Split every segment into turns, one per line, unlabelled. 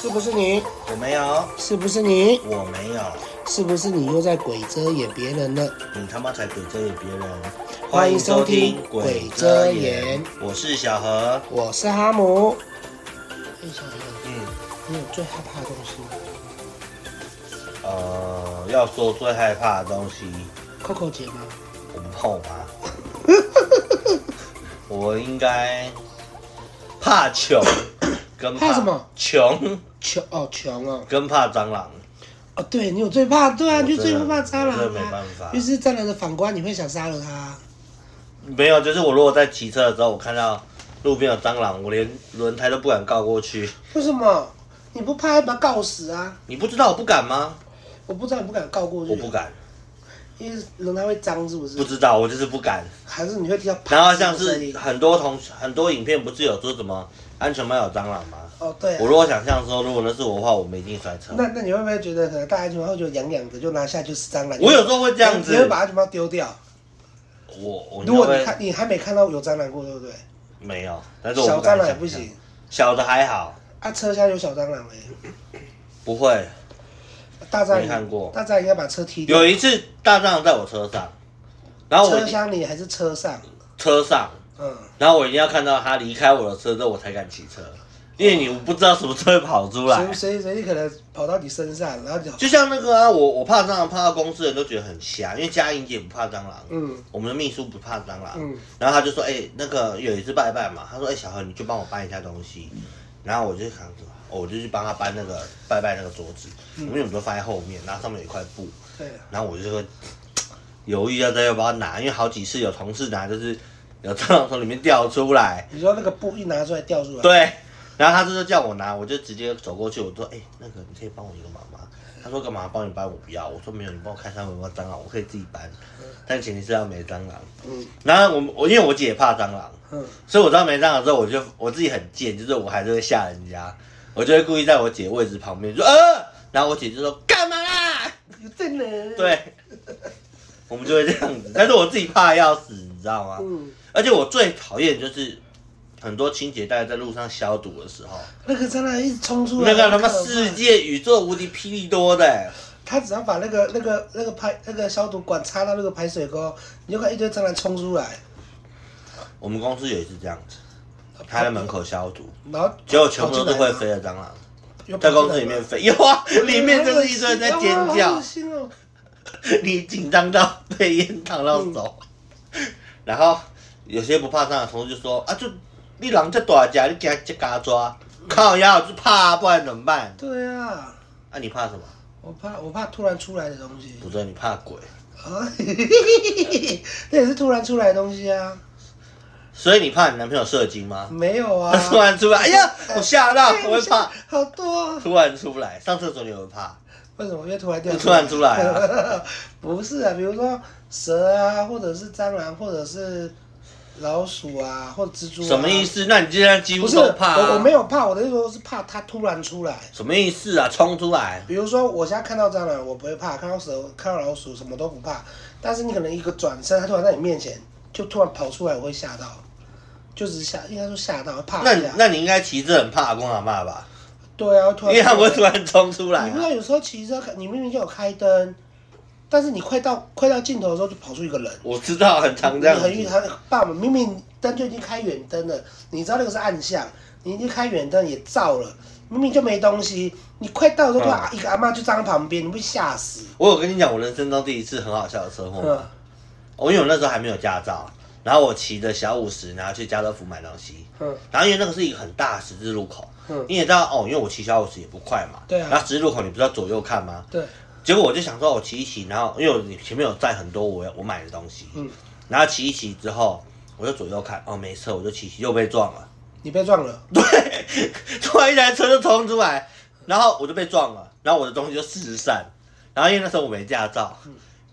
是不是你？
我没有，
是不是你？
我没有，
是不是你又在鬼遮掩别人了？
你他妈才鬼遮眼别人！
欢迎收听
欢迎
鬼遮眼
我是小何。
我是哈姆。分享一个
嗯，
你有最害怕的东西吗
呃，要说最害怕的东西，
？Coco 姐吗？
我们碰 吧。我应该怕穷，跟
怕什么？
穷
穷哦，穷哦，
跟怕蟑螂。
哦，对你有最怕，对啊，
我
你就最
真
会
的
怕蟑螂
我真的没
啊
办。法
于是蟑螂的反观，你会想杀了啊它。
没有，就是我如果在骑车的时候，我看到路边有蟑螂，我连轮胎都不敢告过去。
为什么？你不怕把它告死啊？
你不知道我不敢吗？
我不知道你不敢告过去，
我不，敢，
因为轮胎会脏，是不是？
不知道，我就是不敢。
还是你会听到啪
然后
的
像
声音
是很多同很多影片不是有说什么安全帽有蟑螂吗？
哦，对啊、
我如果想象说，如果那是我的话，我们一定摔车。
那那你会不会觉得可能大家就会觉得痒痒的，就拿下去是蟑螂？
我有时候会这样子
你会把它全部丢掉。
我我
如果你
应该会
看你还没看到有蟑螂过，对不对？
没有，但是我
小
不敢
蟑螂也
想
不
象
行，，
小的还好，
啊，车厢有小蟑螂哎、
不会。
大蟑
没看过
大蟑螂应该把车踢掉。
有一次大蟑螂在我车上，然后我
车厢里还是车上，
车上，
嗯，
然后我一定要看到它离开我的车之后，我才敢骑车，因为你不知道什么车会跑出来
随。随随地可能跑到你身上，然后就
就像那个啊，我我怕蟑螂，怕到公司人都觉得很瞎，因为嘉颖姐不怕蟑螂，
嗯
我们的秘书不怕蟑螂，
嗯
然后他就说，哎、那个有一次拜拜嘛，他说，哎、小何你去帮我搬一下东西，然后我就想说，哦我就去帮他搬那个拜拜那个桌子，我们有时候放在后面，然后上面有一块布，
对，
然后我就会犹豫要再要不要拿，因为好几次有同事拿就是有蟑螂从里面掉出来，
你说那个布一拿出来掉出来，
对，然后他就是叫我拿，我就直接走过去，我说：“哎、那个你可以帮我一个忙吗？”他说：“干嘛帮你搬？”我不要。我说：“没有，你帮我看一下有没有蟑螂，我可以自己搬，但前提是要没蟑螂。
嗯”
然后我我因为我姐也怕蟑螂，
嗯，
所以我知道没蟑螂之后，我就我自己很贱，就是我还是会吓人家，我就会故意在我姐位置旁边说：“呃。”然后我姐就说：“干嘛啦
有真？”的，，
对，我们就会这样子，但是我自己怕得要死，你知道吗？
嗯，
而且我最讨厌就是很多清洁带在路上消毒的时候，
那个蟑螂一直冲出来，
那个他
啊
妈
好可怕
世，界宇宙无敌霹雳多的、欸，
它只要把那个那个那个排那个消毒管插到那个排水沟，你就看一堆蟑螂冲出来，
我们公司有一次这样子，他在门口消毒，
然后
结果全部都是会
跑
飞
进来吗
的蟑螂，
有跑进来吗
在公司里面飞，有 啊，里面就是一堆人在尖
好
叫
恶，心哦
你紧张到被烟烫到手，
嗯
然后有些不怕蟑螂的同事就说啊，就你狼在大家，你给他这嘎抓，靠呀，我就怕、啊，不然怎么办？
对啊，
啊，你怕什么？
我怕我怕突然出来的东西
不对，你怕鬼。
啊，那也是突然出来的东西啊，
所以你怕你男朋友射精吗？
没有 啊
他，突然出来，哎呀，我吓到，
哎
我会怕。，
好多啊，
突然出来，上厕所你也会怕？
为什么会突然掉？
突然出来啊
不是啊，比如说蛇啊，或者是蟑螂，或者是老鼠啊，或者蜘蛛、啊，
什么意？思？那你现在几
不
乎
是，
都怕、啊
我我没有怕，我的意思说是怕它突然出来。
什么意思啊？冲出来，
比如说，我现在看到蟑螂，我不会怕；看到蛇、看到老鼠，什么都不怕。但是你可能一个转身，它突然在你面前，就突然跑出来，我会吓到，就只是吓，应该说吓到，怕
那
一
你
下。
那你应该骑车很怕阿公阿妈吧？
对啊，突 然
因为他们会突然冲出来、
你不知
啊
道，。有时候骑车，你明明就有开灯，但是你快到快到尽头的时候，就跑出一个人。
我知道，很常这
你
样
很遇
子。
他爸爸明明灯就已经开远灯了，你知道那个是暗巷，你已经开远灯也照了，明明就没东西，你快到的
嗯
时候，突然一个阿妈就站在旁边，你被吓死。
我有跟你讲，我人生中第一次很好笑的车祸
嗯
吗？我因为我那时候还没有驾照，然后我骑着小五十，然后去家乐福买东西。
嗯
然后因为那个是一个很大的十字路口，
嗯
你也知道哦，因为我骑小五十也不快嘛，
对啊
然后十字路口你不是要左右看吗？
对，
结果我就想说，我骑一骑，然后因为我前面有载很多我要我买的东西，
嗯，
然后骑一骑之后，我就左右看，哦没车，我就骑一骑又被撞了，
你被撞了，
对，突然一台车就冲出来，然后我就被撞了，然后我的东西就四散，然后因为那时候我没驾照，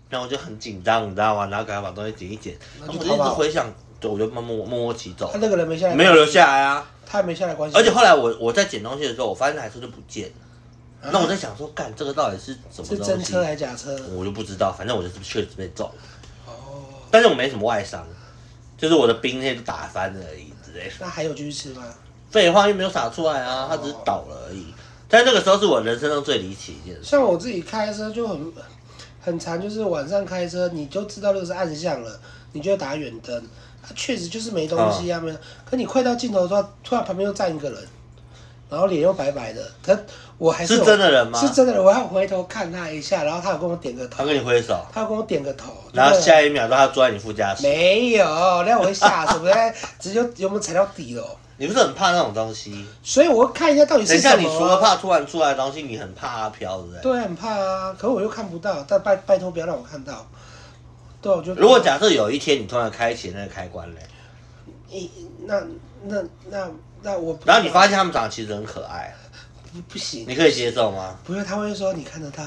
然后我就很紧张，你知道吗？然后赶快把东西捡一捡，
那
然
就逃
后我一直
跑
回想，对，我就默默默默骑走
啊他，那个人没下来，
没有留，下来啊。
他也没下来关系。
而且后来我我在捡东西的时候，我发现那台车就不见了。
啊
那我在想说，干这个到底是什么
是
东
真
西
车？还是假车？
我就不知道，反正我就是确实被撞，
哦，
但是我没什么外伤，就是我的冰那些都打翻了而已之类的。
那还有继续吃吗？哦
废话又没有洒出来啊，它只是倒了而已。但那个时候是我人生中最离奇一件事。
像我自己开车就很很长，就是晚上开车，你就知道那个是暗巷了，你就打远灯，啊，确实就是没东西啊，没有。可你快到尽头的时候，突然旁边又站一个人，然后脸又白白的，可我还
是
有
真的人吗？
是真的人，我要回头看他一下，然后他有跟我点个
他
头，
跟你挥手，
他有跟我点个头，
然后
对
下一秒钟他坐在你副驾驶，
没有，那我会吓死，我在直接有没有踩到底了。
你不是很怕那种东西？
所以我会看一下到底
等
是
一
什
下
么、啊。
你除了怕突然出来的东西，你很怕它飘，对不对？
对，很怕啊，可我又看不到，但拜拜托不要让我看到。对，我就
如果假设有一天你突然开启那个开关嘞，
一那那那那我，
然后你发现他们长得其实很可爱，
不不行，
你可以接受吗？
不是他会说你看得到，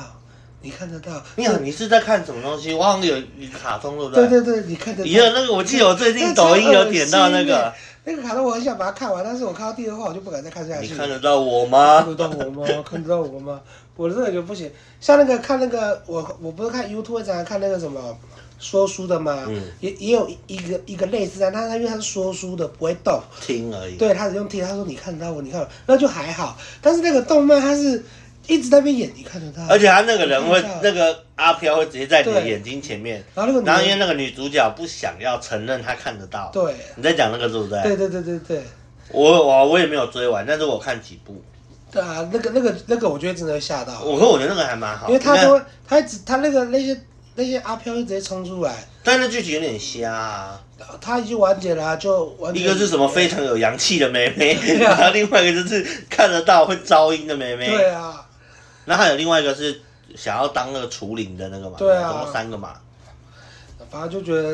你看得到，
你好，你是在看什么东西？我好像有一个卡通，对不
对
对？
对对，你看得到。
一个那个，我记得我最近抖音有点到那
那超恶
个
心耶，那个卡通，我很想把它看完，但是我看到第二话我就不敢再看下
你
去。
看得到我吗？
看得到我吗？看得到我吗？我这个就不行。像那个看那个，我我不是看 YouTube 常常看那个什么说书的嘛，
嗯
也也有一一个一个类似的，但是他因为他是说书的，不会动，
听而已。
对他只用听，他说你看得到我，你看得到我那就还好。但是那个动漫他是一直在那边演，你看得到，
而且他那个人会
看，得
那个阿飘会直接在你的
嗯对
眼睛前面，
然后那个
然后因
女
为
的，
那个女主角不想要承认她看得到，
对
你在讲那个对不对？
对对对对对。
我我我也没有追完，但是我看几部，
对啊，那个那个那个，我觉得真的会吓到，
我跟我觉得那个还蛮哦好，
因为他
那
都他只他那个那些那些阿飘就直接冲出来，
但那剧情有点瞎啊。
他已经完结了啊、就完结
一个是什么非常有阳气的妹 妹，然后另外一个就是看得到会招阴的妹妹，
啊对啊，
然后还有另外一个是想要当那个除灵的那个嘛，
对啊
总共三个嘛，
反正就觉得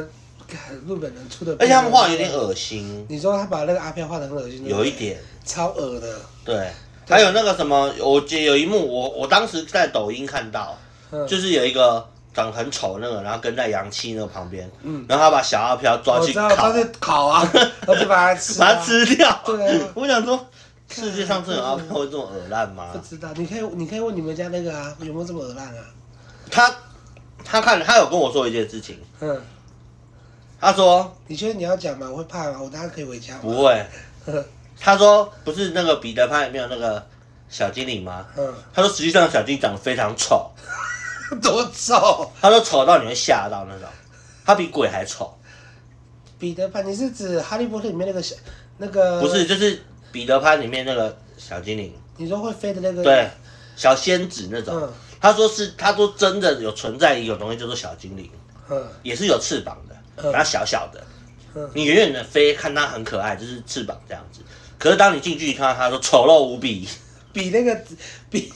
干日本人出的，
而且他们画得有点。恶心，
你说他把那个阿飘画的很恶心，对不对
有一点
超恶的，
对。还有那个什么，我记得有一幕我，我当时在抖音看到，
嗯，
就是有一个长得很丑那个，然后跟在阳气那个旁边，
嗯
然后他把小阿飘抓
我
去
知
烤
道，他在烤 啊，而且把它吃，啊
把它，吃掉。
对啊
我想说，世界上真的有阿飘会这么恶烂
不
吗？
知道，你可以你可以问你们家那个啊，有没有这么恶烂啊？
他他看他有跟我说一件事情，
嗯，
他说
你觉得你要讲吗？我会怕吗？我当然可以回家吗。
不 会，
嗯
他说不是那个彼得潘里面有那个小精灵吗？
嗯，
他说实际上小精灵长得非常丑，
多丑！
他说丑到你会吓到那种，他比鬼还丑，
彼得潘，你是指《哈利波特》里面那个小那个？
不是，就是彼得潘里面那个小精灵，
你说会飞的那个？
对，，小仙子那种。
嗯
他说是，他说真的有存在一种东西叫做小精灵，
嗯
也是有翅膀的，
嗯
然后小小的，
嗯，
你远远的飞，看它很可爱，就是翅膀这样子。可是当你近距离看到它，说丑陋无 比，
比那个比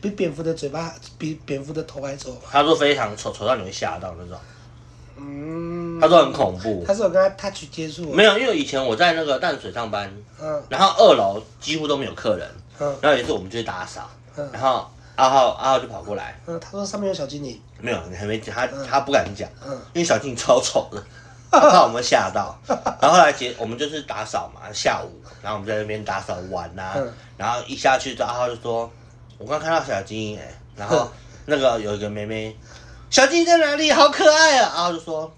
比蝙蝠的嘴巴，比蝙蝠的头还丑。
他说非常丑，丑到你会吓到那种。
嗯，
他说很恐怖
他，是有跟他 touch 接触，
没有，因为以前我在那个淡水上班，
嗯
然后二楼几乎都没有客人，
嗯
然后有一次我们就去打扫，
嗯
然后阿浩阿浩就跑过来，
嗯，他说上面有小精灵，
没有，你还没讲，他他不敢讲，
嗯
因为小静超丑的， 他怕我们吓到。然后后来结我们就是打扫嘛，下午，然后我们在那边打扫玩呐、
嗯
然后一下去之后，阿浩就说：“我刚看到小金哎、然后
嗯
那个有一个妹妹，小金在哪里？好可爱啊！”阿浩就说：“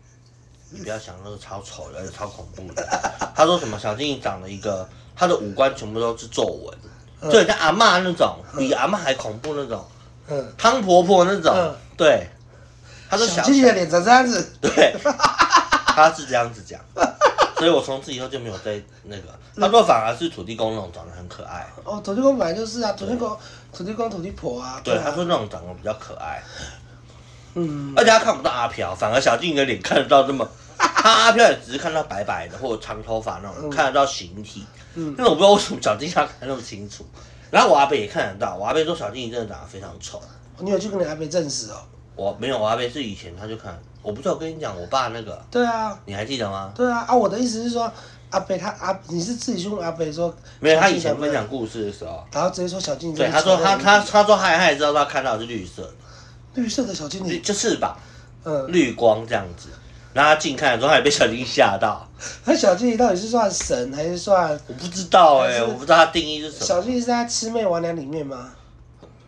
你不要想那个超丑的，而且超恐怖 的。”他说什么？小金长了一个，她的五官全部都是皱纹，
嗯
就很像阿嬷那种，比阿嬷还恐怖那种，
嗯，
汤婆婆那种。
嗯
对，他说
小精灵的脸长这样子，
对，他是这样 子讲，所以我从此以后就没有在那个，
嗯
他说反而是土地公那种长得很可爱，
哦，土地公本来就是啊，土地公土地公土地婆啊，
对，他
啊，
说那种长得比较可爱，
嗯
而且他看不到阿飘，反而小静的脸看得到 这么，他阿飘也只是看到白白的或者长头发那种，
嗯
看得到形体，
嗯
但是我不知道为什么小静他看得那么清楚，然后我阿伯也看得到，我阿伯说小静真的长得非常丑，
你有去跟你阿伯证实哦？
我没有，我阿伯是以前他就看，我不知道我跟你讲我爸那个，
对啊，
你还记得吗？
对啊，啊，我的意思是说，阿伯他阿，你是自己去问阿伯说，
没有，他以前分享故事的时候。
然后直接说小精灵，
对，他说他他他说害害知道他看到的是绿色的，
绿色的小精
绿
灵，
就翅膀
嗯，
绿光这样子，然后他近看的时候他也被小精灵吓到，
那小精灵到底是算神还是算？
我不知道哎、
还是
我不知道他定义是什么，
欸小精灵是在魑魅魍魉里面吗？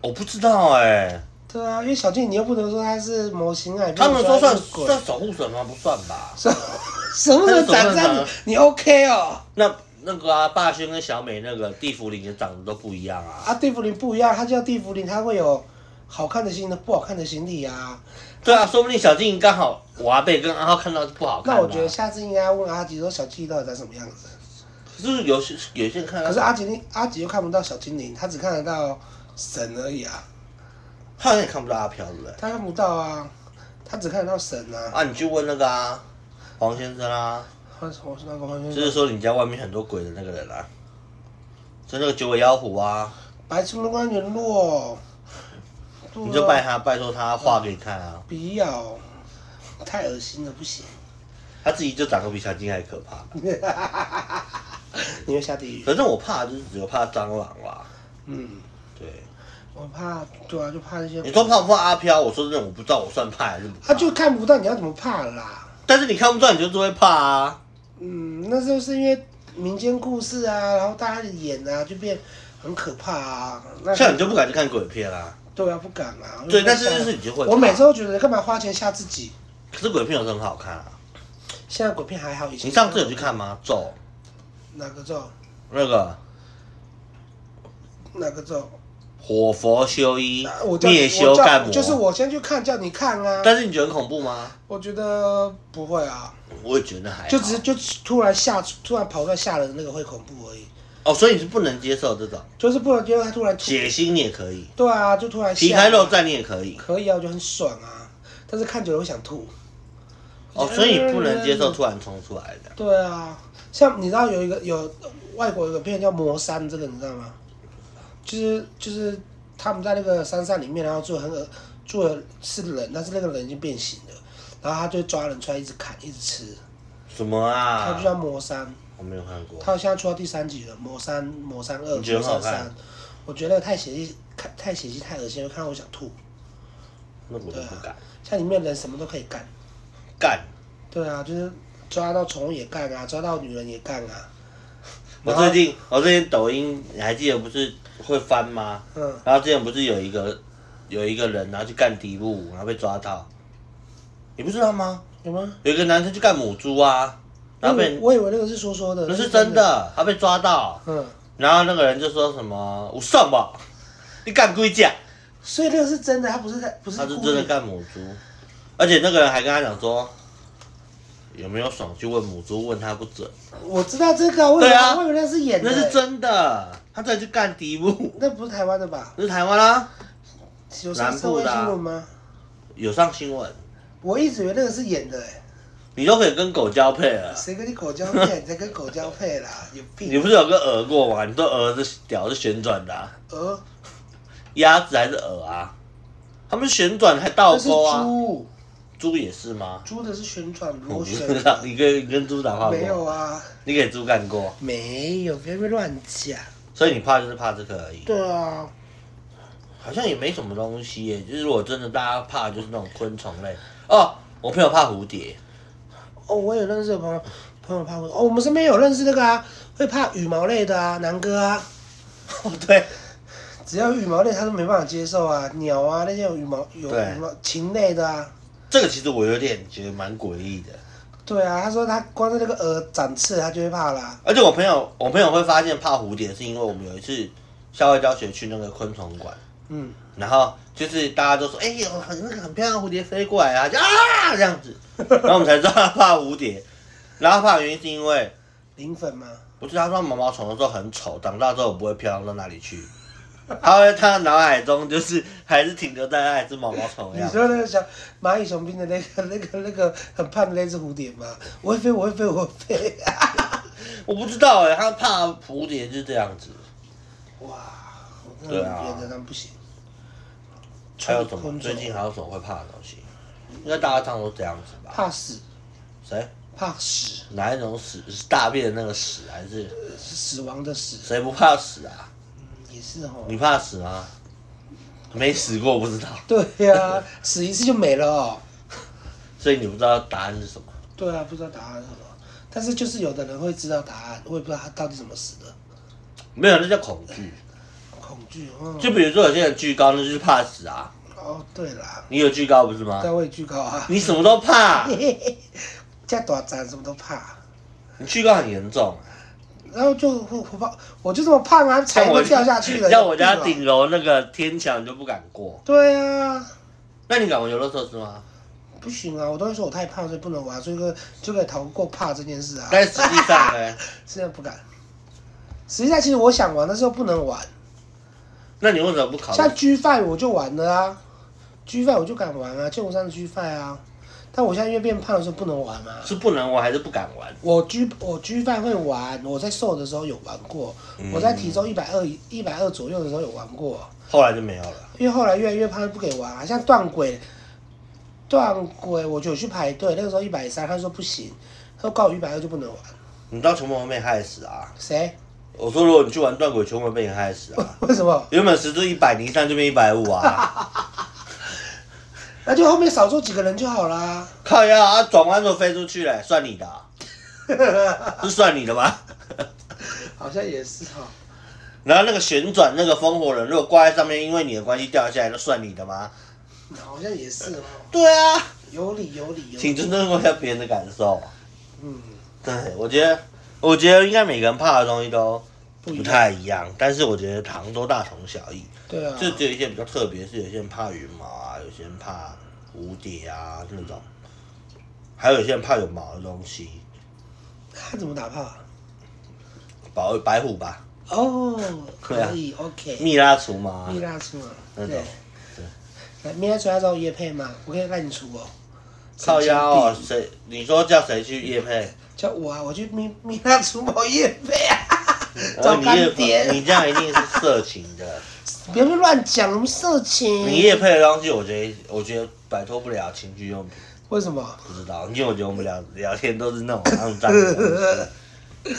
我不知道哎、
对啊，因为小静你又不能说他是模型啊，也不
他
能
们说
她
算
是鬼
算守护神吗？不算吧？
什什么时候长这样子，你 OK 哦？
那那个啊，霸轩跟小美那个地府里也长得都不一样啊。
啊，地茯苓不一样，它叫地茯苓，它会有好看的行李，不好看的行李啊。
对啊，说不定小静刚好娃贝跟阿浩看到是不好看、啊。
那我觉得下次应该要问阿吉说小精灵到底长什么样子。
可是有些有些人看到，
可是阿吉那阿吉又看不到小精灵，他只看得到神而已啊，
他好像也看不到阿飘，对不对？
他看不到啊，他只看得到神啊。
啊，你去问那个啊，黄先生啊，
我是我是那个黄
就是说你家外面很多鬼的那个人啊，就那个九尾妖狐啊，
白痴没关联络，对啊
你就拜他，拜托他画给你看啊，
不要，太恶心了，不行，
他自己就长得比小静还可怕。
你会下地狱。
反正我怕就是只有怕蟑螂啦，
嗯，
对。
我怕，对啊，就怕那些，
你说怕不怕阿飘？我说真的，我不知道我算怕还是不怕。
他就看不到，你要怎么怕啦？
但是你看不到，你就是会怕啊。
嗯，那就是因为民间故事啊，然后大家的演啊，就变很可怕啊。那
像你就不敢去看鬼片啦、
对啊，不敢啊。
对，但是就是你就会怕。
我每次都觉得干嘛花钱吓自己。
可是鬼片有时候很好看啊。
现在鬼片还好，以前
你上次有去看吗？咒
哪个咒？
那个
哪个咒？
火佛修一
啊我叫
灭修
我叫
干魔，啊
就是我先去看，叫你看啊。
但是你觉得很恐怖吗？
我觉得不会啊，
我也觉得还好
就只是就突然吓，突然跑出来吓人的那个会恐怖而已，
哦，所以你是不能接受这种
就是不能接受他突然吐。
血腥你也可以，
对啊，就突然
皮
吓
开肉绽你也可以
可以啊，我觉得很爽啊，但是看久了会想吐。
哦，所以你不能接受突然冲出来的，
对啊，像你知道有一个有外国有个片叫《魔山》，这个你知道吗？就是就是他们在那个山上里面，然后做很恶做的是人，但是那个人已经变形了，然后他就抓人出来一直砍一直吃，
什么
他就
啊？
叫《魔山》，
我没有看过，
他现在出到第三集了，《魔山》《魔山二》
你觉得
《魔山
好看
三》，我觉得太血腥，看太血腥太恶心了，看到我想吐。
那我就不
啊
敢
像里面人什么都可以干，
干。
对啊，就是抓到宠物也干啊，抓到女人也干啊，
我最近我最近抖音，你还记得不是会翻吗？
嗯。
然后之前不是有一个有一个人，然后去干迪布，然后被抓到，你不知道吗？
有吗？
有一个男生去干母猪啊，然后
我以
被
为嗯我以为那个是说说的，
那是真。的，他被抓到，
嗯，
然后那个人就说什么我上吧，你干龟甲，
所以那个是真的，他不是在不是
他是
故
真的
意
干母猪，而且那个人还跟他讲说。有没有爽去问母猪？问他不准，
我知道这个，我以为
对啊
我以为那是演的，
那是，真的。他真的去干迪布，
那不是台湾的吧？
那是台湾啦、
有上社
啊
会新闻吗？
有上新闻。
我一直以为那个是演的，哎，
你都可以跟狗交配了。
谁跟你狗交配？你在跟狗交配啦？ 有
你
病！
不是有跟鹅过吗？你说鹅是屌是旋转的、啊，
鹅，
鸭子还是鹅啊？他们旋转还倒
那是
钩啊？
猪，
猪也是吗？
猪的是旋转
我
螺
不
旋
知道，你跟你跟猪打话
没有
过？
啊，
你给猪干过，
没有，别别乱讲。
所以你怕就是怕这个而已。
对啊，
好像也没什么东西耶，就是我真的大家怕的就是那种昆虫类哦。我朋友怕蝴蝶，
哦，我有认识的朋友，朋友怕会哦，我们身边有认识那个啊，会怕羽毛类的啊，南哥啊。
哦对，
只要羽毛类，他都没办法接受啊，鸟啊那些有羽毛有
对
羽毛禽类的啊，
这个其实我有点觉得蛮诡异的。
对啊，他说他光是那个鹅展翅，他就会怕啦。
而且我朋友，我朋友会发现怕蝴蝶，是因为我们有一次校外教学去那个昆虫馆，
嗯，
然后就是大家都说，哎、有很那个很漂亮的蝴蝶飞过来啊，就啊这样子，然后我们才知道他怕蝴蝶，然后他怕的原因是因为
磷粉嘛，
不是他说毛毛虫的时候很丑，长大之后不会漂亮到哪里去，他会他脑海中就是还是停留在那还是毛毛虫的
你
样
说那
子，
个小蚂蚁雄兵的那个 那个那个很胖的那只蝴蝶吗？我会飞，我会飞，我会飞。
我不知道哎、他怕蝴蝶就是这样子，
哇，我真
对
的
啊
觉得他们不行。
还有什么
昆虫
最近还有什么会怕的东西？应该大家差不多这样子吧？
怕死，
啊谁？
怕死，
哪一种屎？是大便的那个屎，还是
死亡的死
谁不怕屎啊？
也是哦。
你怕死吗？没死过不知道，
对呀、啊，死一次就没了哦。
所以你不知道答案是什么。
对啊，不知道答案是什么，但是就是有的人会知道答案，我也不知道他到底怎么死的。
没有，那叫恐惧。
恐惧，嗯，
就比如说有些人惧高，那就是怕死啊。
哦，对啦，
你有惧高不是吗？
单位巨高啊，
你什么都怕，
加大展什么都怕，
你惧高很严重。啊
然后就我我怕，我就这么胖啊，
像
踩
我
都掉下 去了。
像我家
有病啊。
顶楼那个天桥你就不敢过。
对啊，
那你敢玩游乐设施吗？
不行啊，我都会说我太胖，所以不能玩，所以就就可以逃过怕这件事啊。
但实际上 呢，
现在不敢。实际上，其实我想玩，但是又不能玩。
那你为什么不考虑
像？G Five 我就玩了啊，G Five 我就敢玩啊，剑湖山的 G Five 啊。但我现在越变胖的时候不能玩啊。
是不能玩还是不敢玩？
我 G 我 G Five 会玩，我在瘦的时候有玩过，
嗯
我在体重一百二一百二左右的时候有玩过。
后来就没有了。
因为后来越来越胖，不给玩、啊。像断轨，断轨我就有去排队，那个时候一百三，他说不行，他说告我一百二就不能玩。
你到球门会被害死啊！
谁？
我说如果你去玩断轨，球门被你害死啊！
为什么？
原本时速一百，你一上就变一百五啊！
那就后面少坐几个人就好啦。
靠腰啊，转弯都飞出去了，算你的、啊，是算你的吧？
好像也是哈、
然后那个旋转那个风火轮，如果挂在上面，因为你的关系掉下来，那算你的吗？
好像也是哦，
对啊，
有理有理有理。
请尊重一下别人的感受。
嗯，
对，我觉得，我觉得应该每个人怕的东西都
不一
不
样
太一样，但是我觉得糖都大同小异，
对啊，
就只有一些比较特别，是有些人怕羽毛啊，有些人怕蝴蝶啊那种，还有些人怕有毛的东西，
他怎么打炮啊？
白白虎吧，
哦，
对啊
可以，OK。
蜜蜡除毛啊
蜜，蜡除啊，
那
对
种。
来，蜜蜡除要找我叶配吗？我可以让你除哦。
靠腰哦
神，经
谁？你说叫谁去夜配？
病叫我啊，我去蜜蜜蜡除毛叶配啊，
然
找
后你
干
夜
爹。
你这样一定是色情的。
别乱讲什么色情。
嗯你夜配的东西，我觉得我觉得摆脱不了情趣用品，
为什么？
不知道，因为我觉得我们聊聊天都是那种肮脏的东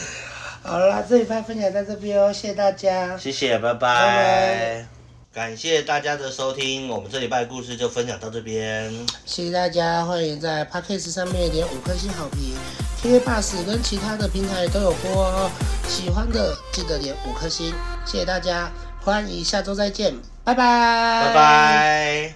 好啦，这一趴分享到这边哦，谢谢大家。
西。谢谢，拜拜
拜。
感谢大家的收听，我们这礼拜的故事就分享到这边。
谢谢大家，欢迎在 Podcast 上面点五颗星好评，KK Bus 跟其他的平台都有播哦。喜欢的记得点五颗星，谢谢大家，欢迎下周再见，拜拜，
拜。拜。